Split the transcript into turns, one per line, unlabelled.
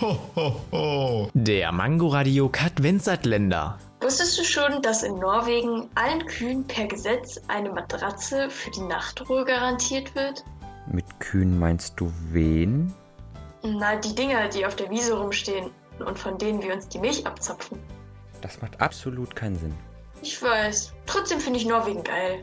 Ho, ho, ho. Der Mangoradiokat Katwenzatländer.
Wusstest du schon, dass in Norwegen allen Kühen per Gesetz eine Matratze für die Nachtruhe garantiert wird?
Mit Kühen meinst du wen?
Na, die Dinger, die auf der Wiese rumstehen und von denen wir uns die Milch abzapfen.
Das macht absolut keinen Sinn.
Ich weiß. Trotzdem finde ich Norwegen geil.